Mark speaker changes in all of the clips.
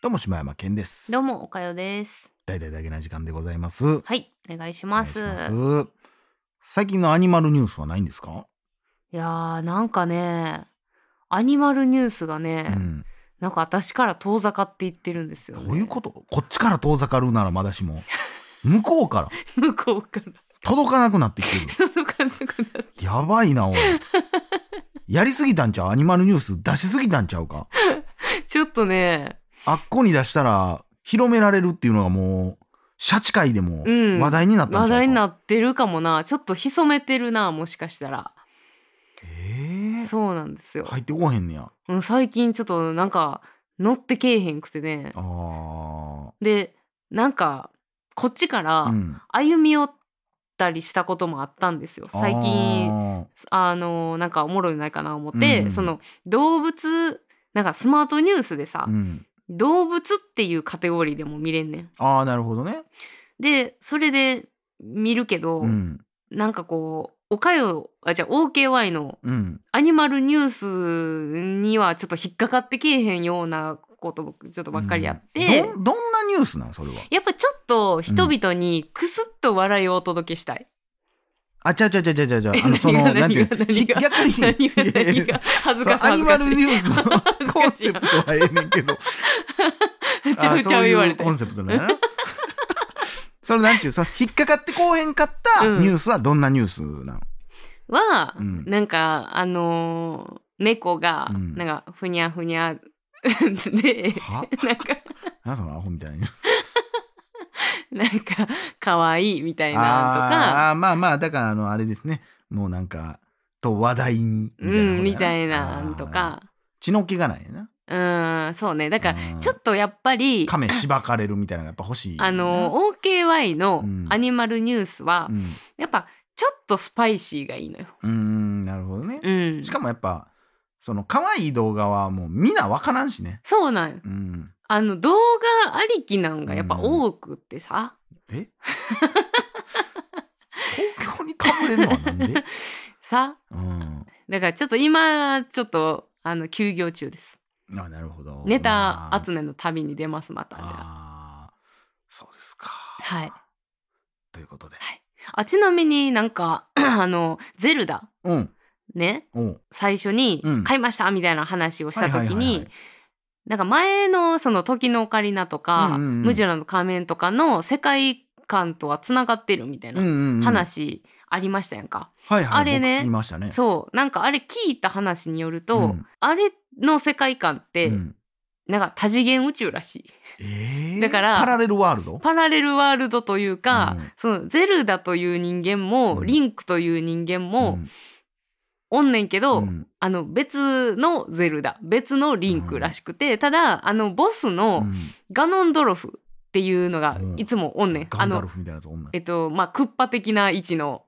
Speaker 1: どうも、島山健です。
Speaker 2: どうも、おかよです。
Speaker 1: 大々だけな時間でございます。
Speaker 2: はい、お願いします。
Speaker 1: お願いし
Speaker 2: い
Speaker 1: ます最近のアニマルニュースはないんですか、
Speaker 2: やー、なんかね、アニマルニュースがね、
Speaker 1: うん。
Speaker 2: なんか私から遠ざかっていってるんですよ、
Speaker 1: ど
Speaker 2: ね。
Speaker 1: ういうことこっちから遠ざかるならまだしも、 向こうから
Speaker 2: と 向こうから
Speaker 1: 届かなくなってきてる。
Speaker 2: 届かなくなって。
Speaker 1: やばいな、 おい。やりすぎたんちゃうアニマルニュース出しすぎたんちゃうか
Speaker 2: ちょっとね、
Speaker 1: あっこに出したら、広められるっていうのがもう、社地界でも
Speaker 2: うん
Speaker 1: 話題になったんちゃうか、
Speaker 2: 話題になってるかもな。ちょっと潜めてるな、もしかしたら。
Speaker 1: ええ
Speaker 2: そうなんですよ。
Speaker 1: 入ってこへんねや。
Speaker 2: うん最近ちょっとなんか、乗ってけえへんくてね
Speaker 1: あ。ー
Speaker 2: で、なんか、こっちから
Speaker 1: うん
Speaker 2: 歩み寄ったりしたこともあったんですよ。
Speaker 1: あー。
Speaker 2: 最近、あのなんかおもろいのないかな思って、
Speaker 1: うん
Speaker 2: その動物なんかスマートニュースでさ、
Speaker 1: うん、
Speaker 2: 動物っていうカテゴリーでも見れんねん。
Speaker 1: ああなるほどね。
Speaker 2: でそれで見るけど、
Speaker 1: うん
Speaker 2: なんかこうおかよあじゃあ OKY の
Speaker 1: うん
Speaker 2: アニマルニュースにはちょっと引っかかってけえへんようなことちょっとばっかりやって、
Speaker 1: うんどんどんなニュースなんそれは。
Speaker 2: やっぱちょっと人々にクスッと笑いをお届けしたい。
Speaker 1: あちゃうちゃうちゃうちゃうちゃうちゃうあのその
Speaker 2: 何が
Speaker 1: なんていう
Speaker 2: 何が
Speaker 1: ひ逆に
Speaker 2: 何が
Speaker 1: い
Speaker 2: 何
Speaker 1: やいや
Speaker 2: が恥ず
Speaker 1: そ
Speaker 2: か
Speaker 1: う
Speaker 2: しい
Speaker 1: ア
Speaker 2: 恥
Speaker 1: ニ
Speaker 2: ず
Speaker 1: マ
Speaker 2: か
Speaker 1: ル
Speaker 2: しい。
Speaker 1: ニュースの
Speaker 2: ず
Speaker 1: コン
Speaker 2: かし
Speaker 1: セ
Speaker 2: い
Speaker 1: プトはええねん けど
Speaker 2: ちゃうちゃう言わ
Speaker 1: あそうい
Speaker 2: れ
Speaker 1: う
Speaker 2: て
Speaker 1: コ。ンセプトだな。 それなんていうその引っかかってこうへんかった
Speaker 2: うん
Speaker 1: ニュースはどんなニュースなの、
Speaker 2: は、
Speaker 1: うん
Speaker 2: なんかあのー猫が
Speaker 1: うん
Speaker 2: なんかふにゃふにゃで
Speaker 1: は
Speaker 2: なんか
Speaker 1: なんそのアホみ たいな。
Speaker 2: なんか可愛いみたい
Speaker 1: あ
Speaker 2: な
Speaker 1: あーまあまあだからあのあれですねもうなんかと話題に
Speaker 2: とかうんみ
Speaker 1: み
Speaker 2: た
Speaker 1: たい
Speaker 2: い
Speaker 1: な,、
Speaker 2: なんとか
Speaker 1: 血の気がないな。
Speaker 2: うんそうねだから
Speaker 1: うん
Speaker 2: ちょっとやっぱり
Speaker 1: 亀しばかれるみたいなのがやっぱ欲しいな。
Speaker 2: あの OKY の
Speaker 1: うん
Speaker 2: アニマルニュースは、
Speaker 1: うん、
Speaker 2: やっぱちょっとスパイシーがいいのよ。
Speaker 1: うーんなるほどね
Speaker 2: う。ん、
Speaker 1: しかもやっぱその可愛い動画はもうみんなわからんしね。
Speaker 2: そうなんよ
Speaker 1: うん、
Speaker 2: あの動画ありきなんがやっぱ多くってさ、
Speaker 1: え東京にかぶれるのはなんで、
Speaker 2: さ
Speaker 1: うん、
Speaker 2: だからちょっと今ちょっとあの休業中です。
Speaker 1: あなるほど。
Speaker 2: ネタ集
Speaker 1: め
Speaker 2: めの旅に出ますまたじゃあ
Speaker 1: そうですか。
Speaker 2: はい。
Speaker 1: ということで。
Speaker 2: あちなみになんか あのゼルダ
Speaker 1: うん。
Speaker 2: ね
Speaker 1: おう
Speaker 2: 最初に
Speaker 1: うん
Speaker 2: 買いましたみたいな話をした時
Speaker 1: はいはいはいは
Speaker 2: に
Speaker 1: い
Speaker 2: なんか前のその「時のオカリナ」とか「
Speaker 1: うんうんうん
Speaker 2: ムジュラの仮面」とかの世界観とはつながってるみたい
Speaker 1: うん
Speaker 2: な
Speaker 1: うんうん、
Speaker 2: 話ありましたやんか。
Speaker 1: はいはい、
Speaker 2: あれね
Speaker 1: 僕聞きましたね。
Speaker 2: そうなんかあれ聞いた話によると、
Speaker 1: うん
Speaker 2: あれの世界観って、
Speaker 1: ん
Speaker 2: なんか多次元宇宙らしい。
Speaker 1: えー
Speaker 2: だから
Speaker 1: パラレルワールド
Speaker 2: パラレルワールドというか、
Speaker 1: うん
Speaker 2: そのゼルダという人間も、
Speaker 1: うん
Speaker 2: リンクという人間
Speaker 1: う
Speaker 2: も、
Speaker 1: ん
Speaker 2: おんねんけ
Speaker 1: う
Speaker 2: ど、
Speaker 1: ん
Speaker 2: あの別のゼルダ別のリンクらしくて、ただあのボス
Speaker 1: う
Speaker 2: の
Speaker 1: ん
Speaker 2: ガノンドロフっていうのが
Speaker 1: うん
Speaker 2: いつもおんねん、
Speaker 1: ガ
Speaker 2: あ
Speaker 1: ンダル
Speaker 2: の
Speaker 1: フみたいなやつ女
Speaker 2: えっとまあクッパ的な位置の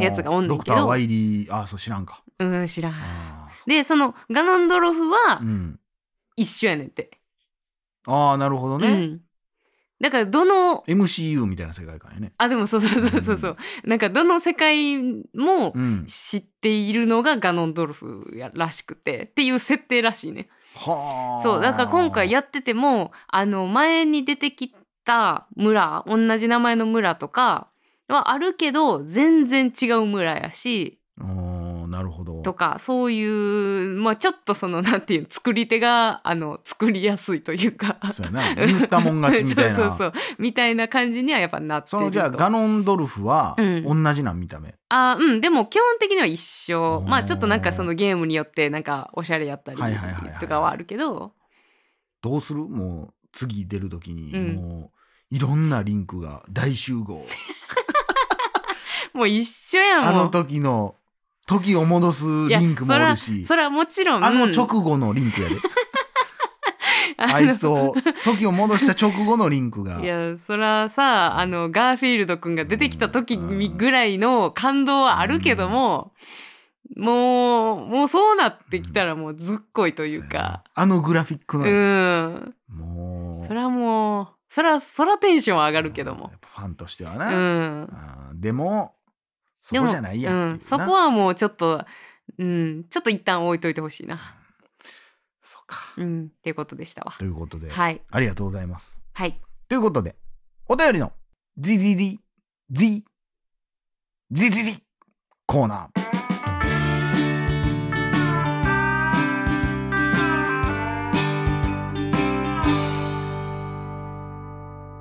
Speaker 2: や
Speaker 1: や
Speaker 2: つがおんねんけど
Speaker 1: ドクター・ワイリーあーそう知らんか
Speaker 2: うん知らん。
Speaker 1: あ
Speaker 2: でそのガノンドロフ
Speaker 1: ー,、
Speaker 2: は
Speaker 1: うん、
Speaker 2: 一緒やねんって。
Speaker 1: あーなるほど
Speaker 2: う
Speaker 1: ね、
Speaker 2: ん、だからどの
Speaker 1: MCU みたいな世界観やね、
Speaker 2: あでもそうそうそうそうそう、なんかどの世界も
Speaker 1: うん、
Speaker 2: 知っているのがガノンドルフやらしくてっていう設定らしいね。
Speaker 1: はあ
Speaker 2: そうだから今回やっててもあの前に出てきた村同じ名前の村とかはあるけど全然違う村やし
Speaker 1: おーなるほど
Speaker 2: とかそういうまあちょっとそのなんていうの作り手があの作りやすいというか。
Speaker 1: そうやな言ったもん勝ちみたいな
Speaker 2: そうそうそうみたいな感じにはやっぱなってると
Speaker 1: そのじゃあガノンドルフは
Speaker 2: う
Speaker 1: 同じなん見た目、
Speaker 2: あーうんでも基本的には一緒
Speaker 1: おー
Speaker 2: まあちょっとなんかそのゲームによってなんかおしゃれやったり
Speaker 1: はいはいはいはい
Speaker 2: とかはあるけど
Speaker 1: どうするもう次出る時に、
Speaker 2: うん
Speaker 1: もういろんなリンクが大集合
Speaker 2: もう一緒やもん
Speaker 1: あの時の時を戻すリンクもおるし
Speaker 2: それはもちろん
Speaker 1: あの 直後のリンクやで
Speaker 2: あの
Speaker 1: あいつを時を戻した直後のリンクが
Speaker 2: いやそりゃさあのガーフィールドくんが出てきた時ぐらいの感動はあるけども、もうもうそうなってきたらもうずっこいというか
Speaker 1: あのグラフィック
Speaker 2: う
Speaker 1: の、
Speaker 2: ん、
Speaker 1: もう
Speaker 2: そりゃもうそりゃそりゃテンション上がるけども
Speaker 1: やっぱファンとしては
Speaker 2: う
Speaker 1: な、
Speaker 2: ん、
Speaker 1: あーでもそ
Speaker 2: でも
Speaker 1: こじゃないや
Speaker 2: う
Speaker 1: っていう
Speaker 2: ん、そ
Speaker 1: な
Speaker 2: こはもうちょっとうんちょっと一旦置いといてほしいな
Speaker 1: そっか。
Speaker 2: うん、っていうことでしたわ。
Speaker 1: ということで、
Speaker 2: はい。
Speaker 1: ありがとうございます。
Speaker 2: はい。
Speaker 1: ということで、お便りの ZZZ、Z、ZZZ コーナー。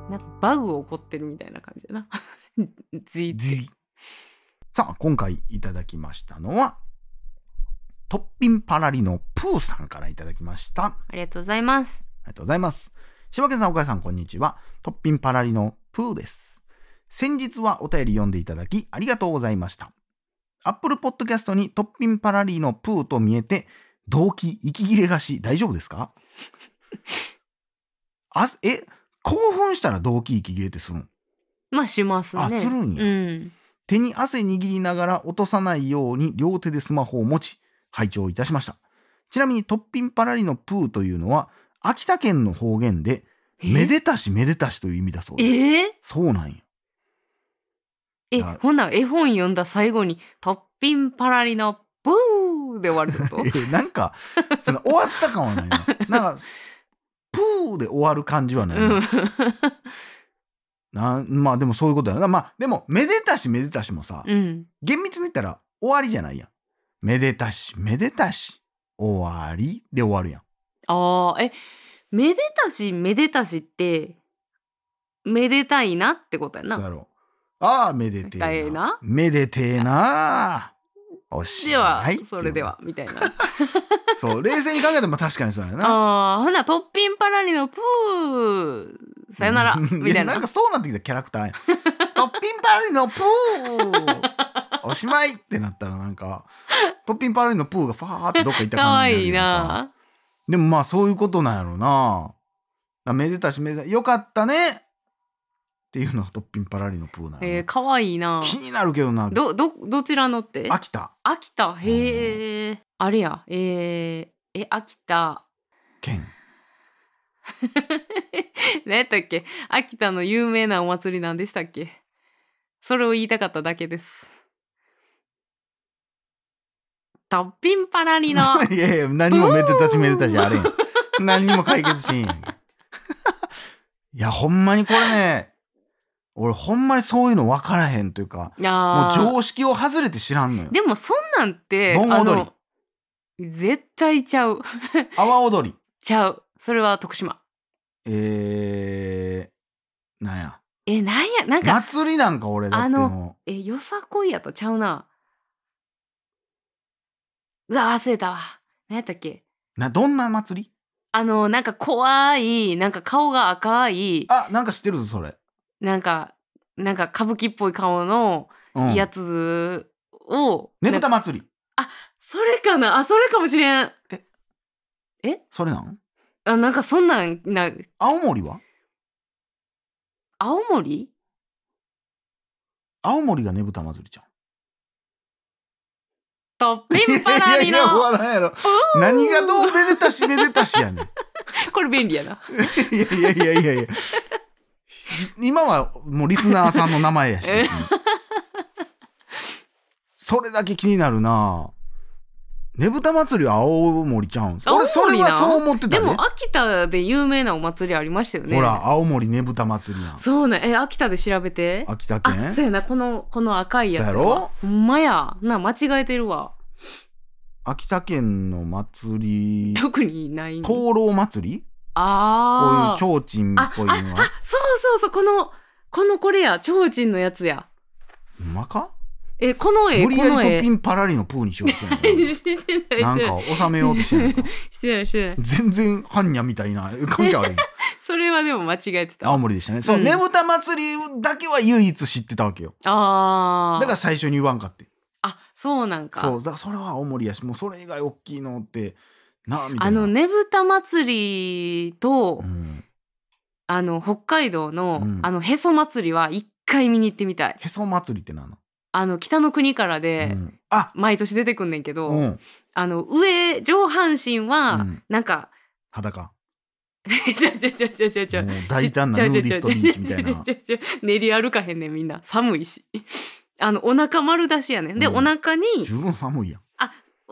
Speaker 2: なんかバグ起こってるみたいな感じだな。 じ
Speaker 1: さあ今回いただきましたのはトッピンパラリのプーさんからいただきましたあ
Speaker 2: ありがとうございます。
Speaker 1: りがとうございます柴犬さん岡井さんこんにちはトッピンパラリのプーです先日はお便り読んでいただきありがとうございましたアップルポッドキャストにトッピンパラリのプーと見えて動機息切れがし大丈夫ですかあえ興奮したら動機息切れってするん
Speaker 2: まあしますね。
Speaker 1: あするんや
Speaker 2: うん。
Speaker 1: 手に汗握りながら落とさないように両手でスマホを持ち拝聴いたしましたちなみにトッピンパラリのプーというのは秋田県の方言で
Speaker 2: え
Speaker 1: めでたしめでたしという意味だそう
Speaker 2: え
Speaker 1: です
Speaker 2: ー
Speaker 1: そうなんや
Speaker 2: え、
Speaker 1: な
Speaker 2: ほな絵本読んだ最後に「トッピンパラリのブー」で終わるっ てこと
Speaker 1: えなんかその終わった感は ないななんかプーで終わる感じはないな,、
Speaker 2: うん。
Speaker 1: なんまあでもそういうことだなまあでもめでたしめでたしもさ、
Speaker 2: うん。
Speaker 1: 厳密に言ったら終わりじゃないやんめでたしめでたし終わりで終わるやん
Speaker 2: ああ、え、めでたしめでたしって、めでたいなってことや
Speaker 1: そうや
Speaker 2: な。
Speaker 1: ろああ、めでて
Speaker 2: だえ
Speaker 1: え
Speaker 2: な
Speaker 1: な。めでてえな。おし
Speaker 2: では、
Speaker 1: まいっていう
Speaker 2: それでは、みたいな。
Speaker 1: そう、冷静に考えても確かにそうやな。
Speaker 2: ああ、ほな、トッピンパラリのプー、さよなら、
Speaker 1: うん
Speaker 2: みたい
Speaker 1: や
Speaker 2: な。
Speaker 1: なんかそうなってきたキャラクターや。 トッピンパラリのプー。 おしまいってなったらなんかトッピンパラリのプーがファーってどっか行った
Speaker 2: かわ
Speaker 1: 感じ
Speaker 2: い
Speaker 1: にな
Speaker 2: い
Speaker 1: るやんか
Speaker 2: な。
Speaker 1: でもまあそういうことなんやろなあめでたしめでたよかったねっていうのがトッピンパラリのプーなん
Speaker 2: えー、
Speaker 1: や
Speaker 2: かわいいな
Speaker 1: な。気になるけどな
Speaker 2: ど、ど、どちらのって
Speaker 1: 秋田
Speaker 2: 秋田、へえ、あれや、えー、え、秋田、
Speaker 1: 県
Speaker 2: 何やったっけ秋田の有名なお祭りなんでしたっけそれを言いたかっただけです。トッピンパラリの
Speaker 1: いやいや、何 もめでたちめでたちあれへん。何にも解決しんやん。いや、ほんまにこれね、俺ほんまにそういうの分からへんというか、もう
Speaker 2: あー
Speaker 1: 常識を外れて知らんのよ。
Speaker 2: でもそんなんって
Speaker 1: 盆
Speaker 2: あ
Speaker 1: 踊
Speaker 2: の絶対ちゃう
Speaker 1: 阿波踊り。
Speaker 2: ちゃうそれは徳島
Speaker 1: えー、なんや。
Speaker 2: えなんやなんか、
Speaker 1: 祭りなんか俺だって
Speaker 2: あ
Speaker 1: も
Speaker 2: えよさこいやとちゃうなうわ忘れたわ何やったっけ
Speaker 1: う、な、どんな祭り
Speaker 2: あのなんか怖いなんか顔が赤い
Speaker 1: あ、なんか知ってるぞ、それ。
Speaker 2: なんかなんか歌舞伎っぽい顔の
Speaker 1: うん。
Speaker 2: や
Speaker 1: ね
Speaker 2: つを、
Speaker 1: ぶ
Speaker 2: な
Speaker 1: た
Speaker 2: んか
Speaker 1: 祭り。
Speaker 2: それかなあそれかもしれん
Speaker 1: それなん
Speaker 2: あなんかそんなんな
Speaker 1: 青森は
Speaker 2: 青森
Speaker 1: 青森がねぶた祭りじゃん。
Speaker 2: トッピンパラリ
Speaker 1: いやいや、
Speaker 2: の
Speaker 1: 終わらんやろ。何がどうめでたしめでたしやねん。
Speaker 2: これ便利やな。
Speaker 1: いやいやいやいやいや。今はもうリスナーさんの名前やし。
Speaker 2: え
Speaker 1: 別にそれだけ気になるな。ねぶた祭りは青森ちゃうんす。俺そ
Speaker 2: 青
Speaker 1: れ
Speaker 2: 森
Speaker 1: は
Speaker 2: な
Speaker 1: そう思ってた
Speaker 2: で
Speaker 1: ね。
Speaker 2: も秋田で有名なお祭りありましたよね。
Speaker 1: ほら、青森ねぶた祭りやん。
Speaker 2: そうね。え、秋田で調べて。
Speaker 1: 秋田
Speaker 2: あ、
Speaker 1: 県
Speaker 2: そうやな。この、この赤いやつ
Speaker 1: そうやろ
Speaker 2: ほんまや。な、間違えてるわ。
Speaker 1: 秋田県の祭り、灯
Speaker 2: 特にない。
Speaker 1: 籠祭りこうい
Speaker 2: あ
Speaker 1: う
Speaker 2: あ。
Speaker 1: 提灯っぽいのは。
Speaker 2: そうそうそう。この、このこれや。提灯のやつや。
Speaker 1: うまか
Speaker 2: え、この絵、
Speaker 1: 無
Speaker 2: こ
Speaker 1: 理やりト
Speaker 2: の
Speaker 1: ッ
Speaker 2: 絵
Speaker 1: ピ。ンパラリのプーにしようとしてんの
Speaker 2: してな、
Speaker 1: ないん
Speaker 2: してな
Speaker 1: か収めようとしてんのか
Speaker 2: い。してない、してない。
Speaker 1: 全然般若みたいな関係あるやん
Speaker 2: それはでも間違えてた。
Speaker 1: 青
Speaker 2: あ
Speaker 1: 森でしたねそう、
Speaker 2: うん
Speaker 1: ねぶた祭りだけは唯一知ってたわけよ
Speaker 2: あ
Speaker 1: だ
Speaker 2: ー。
Speaker 1: から最初に言わんかって
Speaker 2: あ、そうなんか。
Speaker 1: そうだからそれは青森やしもうそれ以外大きいのってなあみた
Speaker 2: あ
Speaker 1: いな
Speaker 2: のねぶた祭りと、
Speaker 1: うん、
Speaker 2: あの北海道の、
Speaker 1: うん
Speaker 2: あのへそ祭りは一回見に行ってみたい
Speaker 1: へそ祭りってなの、
Speaker 2: あの北の国からで、
Speaker 1: うん、あ
Speaker 2: 毎年出てくんねんけど、
Speaker 1: うん、
Speaker 2: あの上上半身は、
Speaker 1: うん
Speaker 2: なんか
Speaker 1: 裸
Speaker 2: ちゃうちゃうちゃうちゃうちゃうちゃう
Speaker 1: もう大胆なヌーディストビーチみたい
Speaker 2: ちゃ
Speaker 1: な
Speaker 2: うちゃうちゃうちゃう練り歩かへんねんみんな寒いしあのお腹丸出しやねんで、
Speaker 1: うん
Speaker 2: お腹に
Speaker 1: 十分寒いやん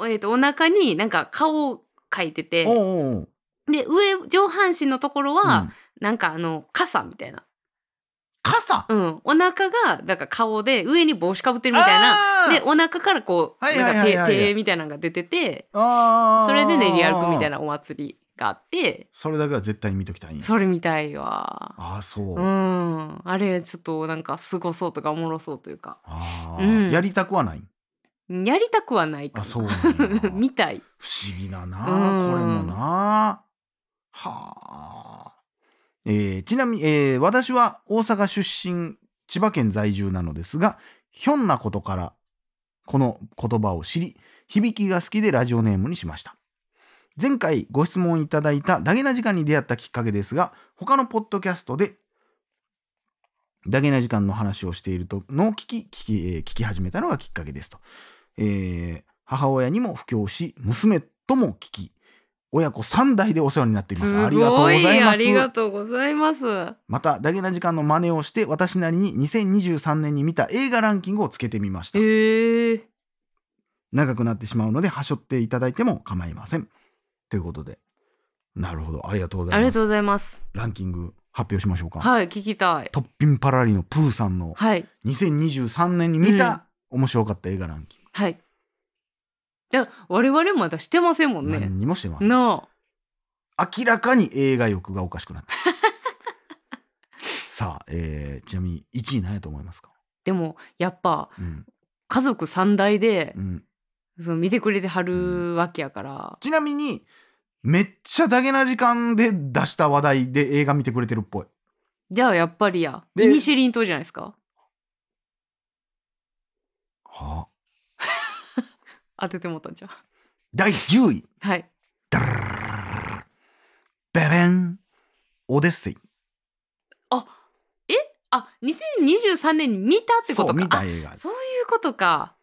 Speaker 2: えー、とお腹になんか顔書いてて
Speaker 1: おうおうおう
Speaker 2: で上上半身のところは、
Speaker 1: うん
Speaker 2: なんかあの傘みたいな、
Speaker 1: 傘
Speaker 2: うん、お腹がだから顔で上に帽子かぶってるみたいな
Speaker 1: あー
Speaker 2: でお腹からこう
Speaker 1: はい
Speaker 2: な
Speaker 1: はい
Speaker 2: んか
Speaker 1: はい
Speaker 2: 手
Speaker 1: はい
Speaker 2: 手みたいなのが出てて
Speaker 1: あー
Speaker 2: それで練り歩くみたいなお祭りがあって
Speaker 1: それだけは絶対に見ときたいんや
Speaker 2: それみたいわ
Speaker 1: ああそう、
Speaker 2: うんあれちょっとなんかすごそうとかおもろそうというか
Speaker 1: ああ、
Speaker 2: うん
Speaker 1: やりたくはない
Speaker 2: やりたくはないか
Speaker 1: あ
Speaker 2: な
Speaker 1: そうなんや
Speaker 2: みたい
Speaker 1: 不思議だな、
Speaker 2: うん
Speaker 1: これもなはあ、えーちなみに、えー私は大阪出身千葉県在住なのですがひょんなことからこの言葉を知り響きが好きでラジオネームにしました前回ご質問いただいたダゲな時間に出会ったきっかけですが他のポッドキャストでダゲな時間の話をしているとのを聞き聞き,、えー聞き始めたのがきっかけですとえー母親にも布教し娘とも聞き親子3代でお世話になっていますあ
Speaker 2: す
Speaker 1: りがとうご
Speaker 2: ご
Speaker 1: ざい
Speaker 2: い
Speaker 1: ます
Speaker 2: ありがとうございます
Speaker 1: またダゲな時間の真似をして私なりに2023年に見た映画ランキングをつけてみました
Speaker 2: へえ
Speaker 1: 長くなってしまうので端折っていただいても構いませんということでなるほどありがとうござ
Speaker 2: あ
Speaker 1: い
Speaker 2: り
Speaker 1: ま
Speaker 2: が
Speaker 1: す
Speaker 2: とうございます
Speaker 1: ランキング発表しましょうか、
Speaker 2: はい聞きたい
Speaker 1: トッピンパラリのプーさんの
Speaker 2: はい
Speaker 1: 2023年に見た面白かった映画ランキン
Speaker 2: はいじゃあ我々まだしてませんもん
Speaker 1: グ、
Speaker 2: ね
Speaker 1: 何にもしてます
Speaker 2: なあ
Speaker 1: 明らかに映画欲がおかしくなってる さあ、えーちなみに1位何やと思いますか、
Speaker 2: でもやっぱ
Speaker 1: うん
Speaker 2: 家族3代で
Speaker 1: うん
Speaker 2: その見てくれては
Speaker 1: う
Speaker 2: るわけやから、
Speaker 1: ちなみにめっちゃダゲな時間で出した話題で映画見てくれてるっぽい
Speaker 2: じゃあやっぱりや
Speaker 1: で
Speaker 2: イニシェリン島じゃないですか
Speaker 1: はあ
Speaker 2: 当ててもったんじゃう
Speaker 1: 第10位
Speaker 2: はい
Speaker 1: ダララララララベベンオデッセイ
Speaker 2: あ2023年に見たってこ
Speaker 1: そ
Speaker 2: と
Speaker 1: う
Speaker 2: か
Speaker 1: 見た映画
Speaker 2: あそういうことか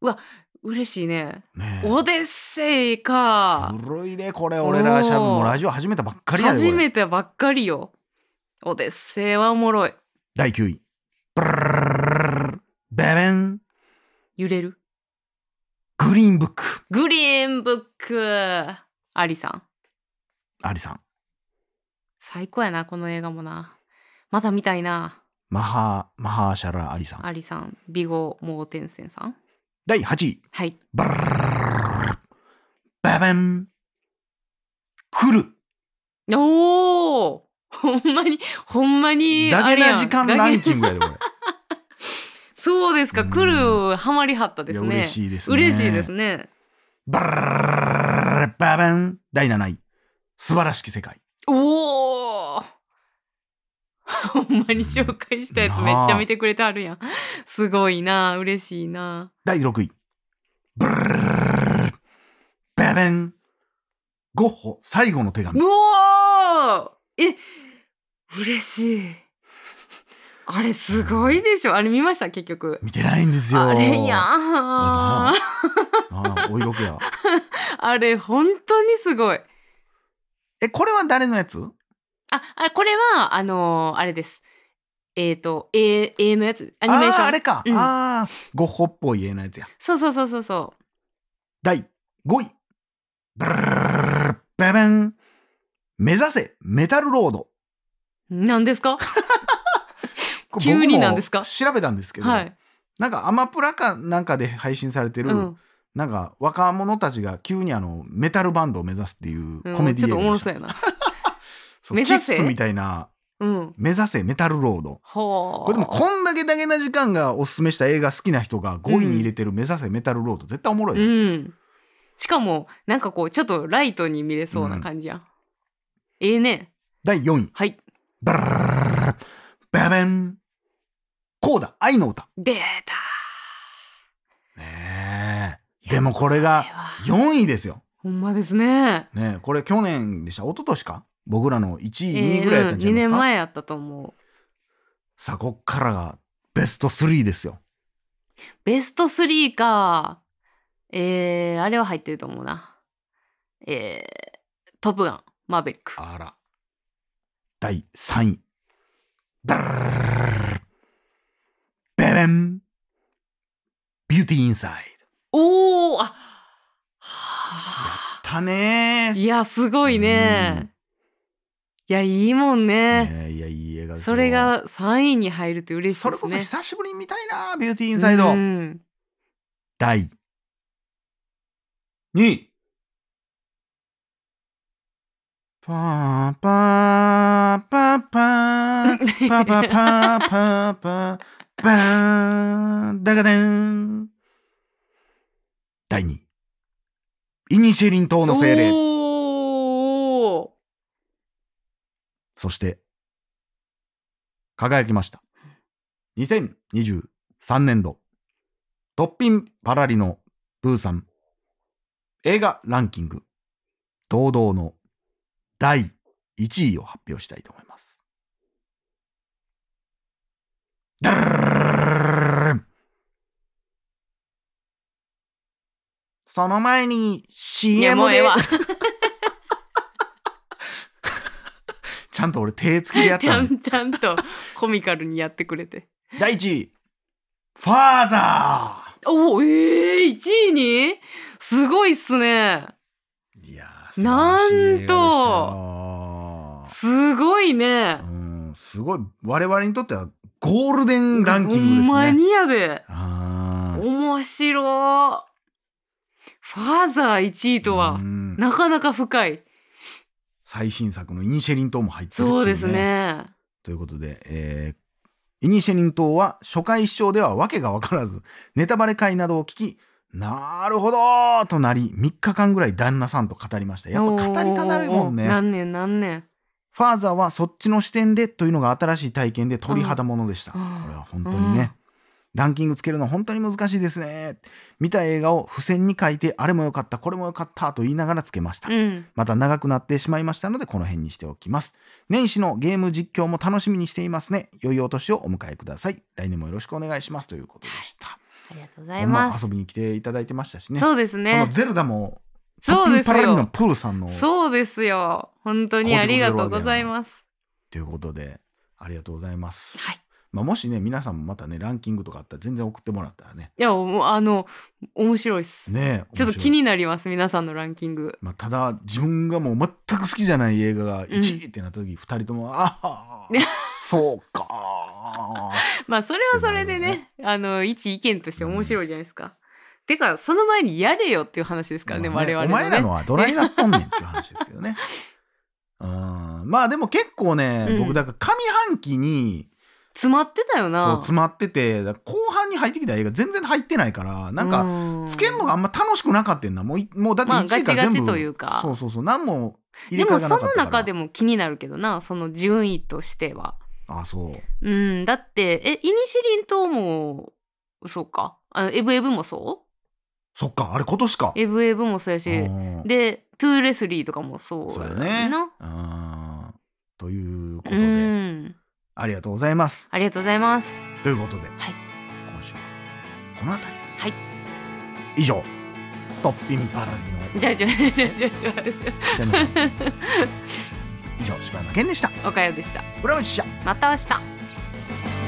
Speaker 2: うわ嬉しいね
Speaker 1: ねえ
Speaker 2: オデッセイか
Speaker 1: ずるいねこれ俺らしゃべ
Speaker 2: おー
Speaker 1: もうラジオ始めたばっかりやでこれ
Speaker 2: 初めてばっかりよオデッセイはおもろい
Speaker 1: 第9位ブルルルルルルベベン
Speaker 2: 揺れる
Speaker 1: グリーンブック
Speaker 2: グリーンブックアリさん
Speaker 1: アリさん
Speaker 2: 最高やなこの映画もなまた見たいな
Speaker 1: マハマハーシャラアリさん
Speaker 2: アリさん美ゴ盲点線さん
Speaker 1: 第8位
Speaker 2: はい
Speaker 1: ブルルルルルルルベベン来る
Speaker 2: おおほんまにほんまに
Speaker 1: ダ
Speaker 2: あ
Speaker 1: ゲ
Speaker 2: れや
Speaker 1: なん時間ラン
Speaker 2: だけ
Speaker 1: キングやで これ
Speaker 2: そうです
Speaker 1: う
Speaker 2: か
Speaker 1: ん
Speaker 2: 来るハマりはったで
Speaker 1: いや
Speaker 2: すね
Speaker 1: 嬉しいですね
Speaker 2: 嬉しいですね
Speaker 1: バラララババン第7位素晴らしき世界
Speaker 2: おおほんまに紹介したやつめっちゃ見てくれてあるやんすごいな嬉しいな
Speaker 1: 第6位ブルルルルルルババンゴッホ最後の手
Speaker 2: う
Speaker 1: 紙
Speaker 2: おーえ嬉しいあれすごいでしょあれ見ました結局
Speaker 1: 見てないんですよ
Speaker 2: あれや
Speaker 1: あ
Speaker 2: ん
Speaker 1: ああお色気や
Speaker 2: あれ本当にすごい。
Speaker 1: えこれは誰のやつ
Speaker 2: あ、あこれはあのーあれです。えっ、と A A のやつアニメーション。
Speaker 1: あーあれか、
Speaker 2: うん
Speaker 1: ああゴッホっぽい絵のやつや
Speaker 2: そうそうそうそうそ
Speaker 1: 第5位ブルルルルルルババン目指せメタルロード
Speaker 2: う。なんですか？
Speaker 1: これ僕も
Speaker 2: 急になんですか
Speaker 1: 調べたんですけど、
Speaker 2: はい。
Speaker 1: なんかアマプラかなんかで配信されてる、
Speaker 2: うん。
Speaker 1: なんか若者たちが急にあのメタルバンドを目指すっていう
Speaker 2: うん
Speaker 1: コメデ
Speaker 2: ち
Speaker 1: ィ
Speaker 2: ょ
Speaker 1: 映画
Speaker 2: っとお
Speaker 1: で
Speaker 2: もろ
Speaker 1: した
Speaker 2: そうやな。
Speaker 1: そう
Speaker 2: 目指せ
Speaker 1: キッスみたいな
Speaker 2: うん。
Speaker 1: 「目指せメタルロード」
Speaker 2: ほう。
Speaker 1: これでもこんだけだけな時間がおすすめした映画好きな人が5位に入れてる「目指せメタルロード」絶対おもろい、
Speaker 2: うん。しかもなんかこうちょっとライトに見れそうな感じや。ん、ええね。
Speaker 1: 第4位
Speaker 2: はい。
Speaker 1: 「バララララララバベン」「こうだ愛の歌
Speaker 2: 出た」
Speaker 1: ねえ
Speaker 2: ー。
Speaker 1: でもこれが
Speaker 2: やばいわ
Speaker 1: 4位ですよ、
Speaker 2: ほんまですね。
Speaker 1: ねえ、これ去年でした一昨年か僕らの1位2位
Speaker 2: え
Speaker 1: ぐらいやったんじゃ
Speaker 2: う
Speaker 1: ない
Speaker 2: ん、
Speaker 1: です
Speaker 2: 2年
Speaker 1: か、
Speaker 2: 前やったと思う。
Speaker 1: さあこっからがベスト3ですよ
Speaker 2: ベスト3か。えー、あれは入ってると思うな。えー、トップガン、マーベリック。
Speaker 1: あら。第3位。ダララララララベベン。ビューティーインサイ
Speaker 2: おーあはあ
Speaker 1: ド。ったね
Speaker 2: いや、すごいね。いや、いいもんね。
Speaker 1: ねいやいい映画ですよ
Speaker 2: それが3位に入るって嬉しい
Speaker 1: そ
Speaker 2: で
Speaker 1: れ
Speaker 2: す
Speaker 1: こそ
Speaker 2: ね。
Speaker 1: 久しぶりに見たいなビューティーインサイド、
Speaker 2: うん
Speaker 1: 第2位パーパーパーパーパーパーパーパーパーパーンダガデン第2位イニシェリン島の精霊
Speaker 2: おー
Speaker 1: そして、輝きました。2023年度、トッピンパラリのブーさん、映画ランキング、堂々の第1位を発表したいと思います。ダラララララランその前に
Speaker 2: いや、
Speaker 1: CM
Speaker 2: もうええ
Speaker 1: で
Speaker 2: わ。
Speaker 1: ちゃんと俺手つきでやっ
Speaker 2: ちゃ
Speaker 1: たのに
Speaker 2: んちゃんとコミカルにやってくれて。
Speaker 1: 第1位、ファーザー
Speaker 2: おーえー、1位にすごいっすね。
Speaker 1: いやー
Speaker 2: な
Speaker 1: 素晴らしい
Speaker 2: んと
Speaker 1: 映画でした
Speaker 2: すごいね。
Speaker 1: うんすごい我々にとってはゴールデンランキングで
Speaker 2: ほんま
Speaker 1: ね。
Speaker 2: すにやで。
Speaker 1: あー
Speaker 2: 面白い。ファーザー1位とは
Speaker 1: う、ん
Speaker 2: なかなか深い。
Speaker 1: 最新作のイニシェリン島も入ってるっていう
Speaker 2: そうです。ね。
Speaker 1: ということで、えーイニシェリン島は初回視聴では訳が分からずネタバレ会などを聞きなるほどーとなり3日間ぐらい旦那さんと語りました。やっぱ語りたなるもん
Speaker 2: おーおーおー
Speaker 1: ね。
Speaker 2: 何年何年。
Speaker 1: ファーザーはそっちの視点でというのが新しい体験で鳥肌ものでした。こ
Speaker 2: う
Speaker 1: れ
Speaker 2: ん
Speaker 1: は本当にね。ランキングつけるの本当に難しいですね。見た映画を付箋に書いて、あれも良かった、これも良かったと言いながらつけました。
Speaker 2: うん。
Speaker 1: また長くなってしまいましたので、この辺にしておきます。年始のゲーム実況も楽しみにしていますね。良いお年をお迎えください。来年もよろしくお願いしますということでした。
Speaker 2: ありがとうご
Speaker 1: あ
Speaker 2: ざいます
Speaker 1: 遊。びに来ていただいてましたしね。
Speaker 2: そうです
Speaker 1: そ
Speaker 2: ね
Speaker 1: の。ゼルダも、
Speaker 2: そうです
Speaker 1: パラリの
Speaker 2: よ。
Speaker 1: プールさんの
Speaker 2: そうですよ。本当にありがとうございます。
Speaker 1: ということで、ありがとうございます。
Speaker 2: はい
Speaker 1: まあ、もしね、皆さんもまたね、ランキングとかあったら全然送ってもらったらね。
Speaker 2: いや、もうあの、面白いっす。
Speaker 1: ねえ
Speaker 2: ちょっと気。
Speaker 1: 面白い
Speaker 2: になります、皆さんのランキング。
Speaker 1: まあ、ただ、自分がもう全く好きじゃない映画が1位ってなった時、2人とも、あ あ
Speaker 2: ね、
Speaker 1: そうか。
Speaker 2: まあ、それはそれでね、あの、一意見として面白いじゃないですか。てか、その前にやれよっていう話 ですからね、
Speaker 1: まあ
Speaker 2: 我
Speaker 1: ね
Speaker 2: 々
Speaker 1: お前ら
Speaker 2: のね。
Speaker 1: のはドライなっとんねんっていう話ですけど ね。うんまあでも結構ね、
Speaker 2: うん
Speaker 1: 僕だから上半期に
Speaker 2: 詰まってたよ
Speaker 1: そう
Speaker 2: な。
Speaker 1: 詰まっててだから後半に入ってきた映画全然入ってないからなんか
Speaker 2: か
Speaker 1: つけんのがあんま楽しくなかったんなもういもうだって
Speaker 2: まあ
Speaker 1: 1位から
Speaker 2: ガチガ
Speaker 1: 全
Speaker 2: チ
Speaker 1: 部、
Speaker 2: というか
Speaker 1: そうそうそう何も入れ
Speaker 2: で
Speaker 1: 替え
Speaker 2: も
Speaker 1: がなか
Speaker 2: そ
Speaker 1: った
Speaker 2: の
Speaker 1: から
Speaker 2: 中でも気になるけどなその順位としては。
Speaker 1: あそう
Speaker 2: うんだってえイニシリン島もそうかあエブエブもそ
Speaker 1: そっかあれ今年か
Speaker 2: うエブエブもそうやし
Speaker 1: うん
Speaker 2: でトゥーレスリーとかもそう
Speaker 1: そうだね
Speaker 2: やな。
Speaker 1: うんということ
Speaker 2: う
Speaker 1: で、
Speaker 2: ん
Speaker 1: ありがとうございます
Speaker 2: ありがとうございます。
Speaker 1: ということで、
Speaker 2: い
Speaker 1: 今週はこの辺り
Speaker 2: はい
Speaker 1: 以上トッピンパラディの
Speaker 2: じゃあじゃあじゃあじゃあじゃ
Speaker 1: じゃない 以上柴山健でした
Speaker 2: あおかよでした。
Speaker 1: 裏道記者
Speaker 2: また明日。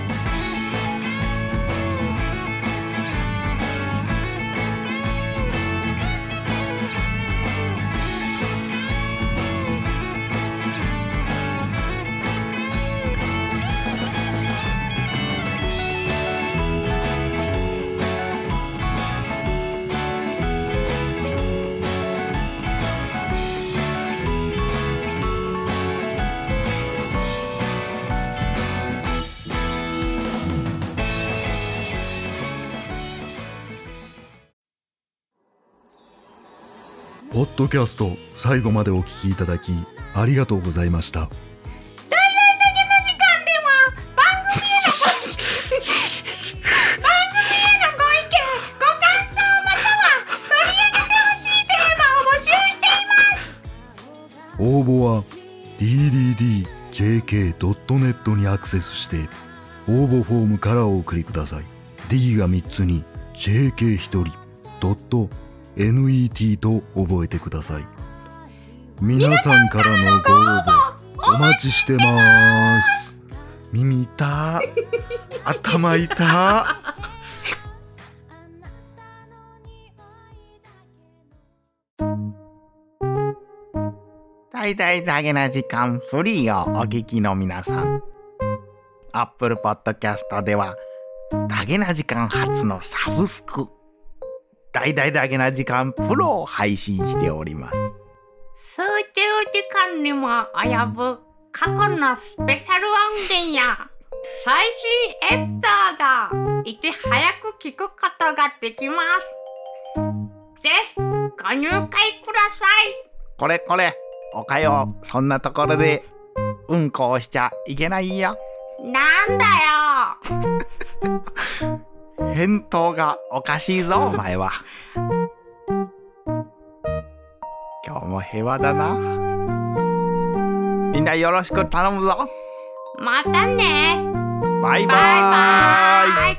Speaker 1: ポッドキャスト最後までお聞きいただきありがとうございました
Speaker 2: 時間では番組へのご意見番組へのご意見ご感想または取り上げてほしいテーマを募集しています
Speaker 3: 応募は ddjk.net にアクセスして応募フォームからお送りください D が3つに JK1 人 .net と覚えてください皆さんからのご応募お待ちしてます耳痛頭痛
Speaker 1: 大々だけな時間フリーをお聞きの皆さん。Apple Podcast では、だげな時間初のサブスク、大々だけな時間プロを配信しております。
Speaker 2: 数十時間にも及ぶ過去のスペシャル音源や最新エピソードをいち早く聞くことができます。ぜひご入会ください。
Speaker 1: これこれ、おかよ、そんなところで、うんこをしちゃいけないよ。
Speaker 2: なんだよ。
Speaker 1: 返答がおかしいぞ、お前は。今日も平和だな。みんなよろしく頼むぞ。
Speaker 2: またね。
Speaker 1: バイバー
Speaker 2: バイ
Speaker 1: イ
Speaker 2: バイ。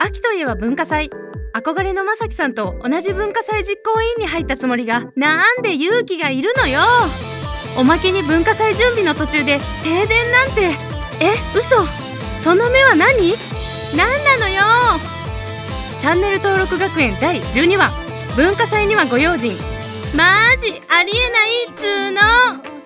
Speaker 4: 秋といえば文化祭憧れのまさきさんと同じ文化祭実行委員に入ったつもりがなんで勇気がいるのよおまけに文化祭準備の途中で停電なんてえ嘘その目は何何なのよチャンネル登録学園第12話文化祭にはご用心マジありえないっつーの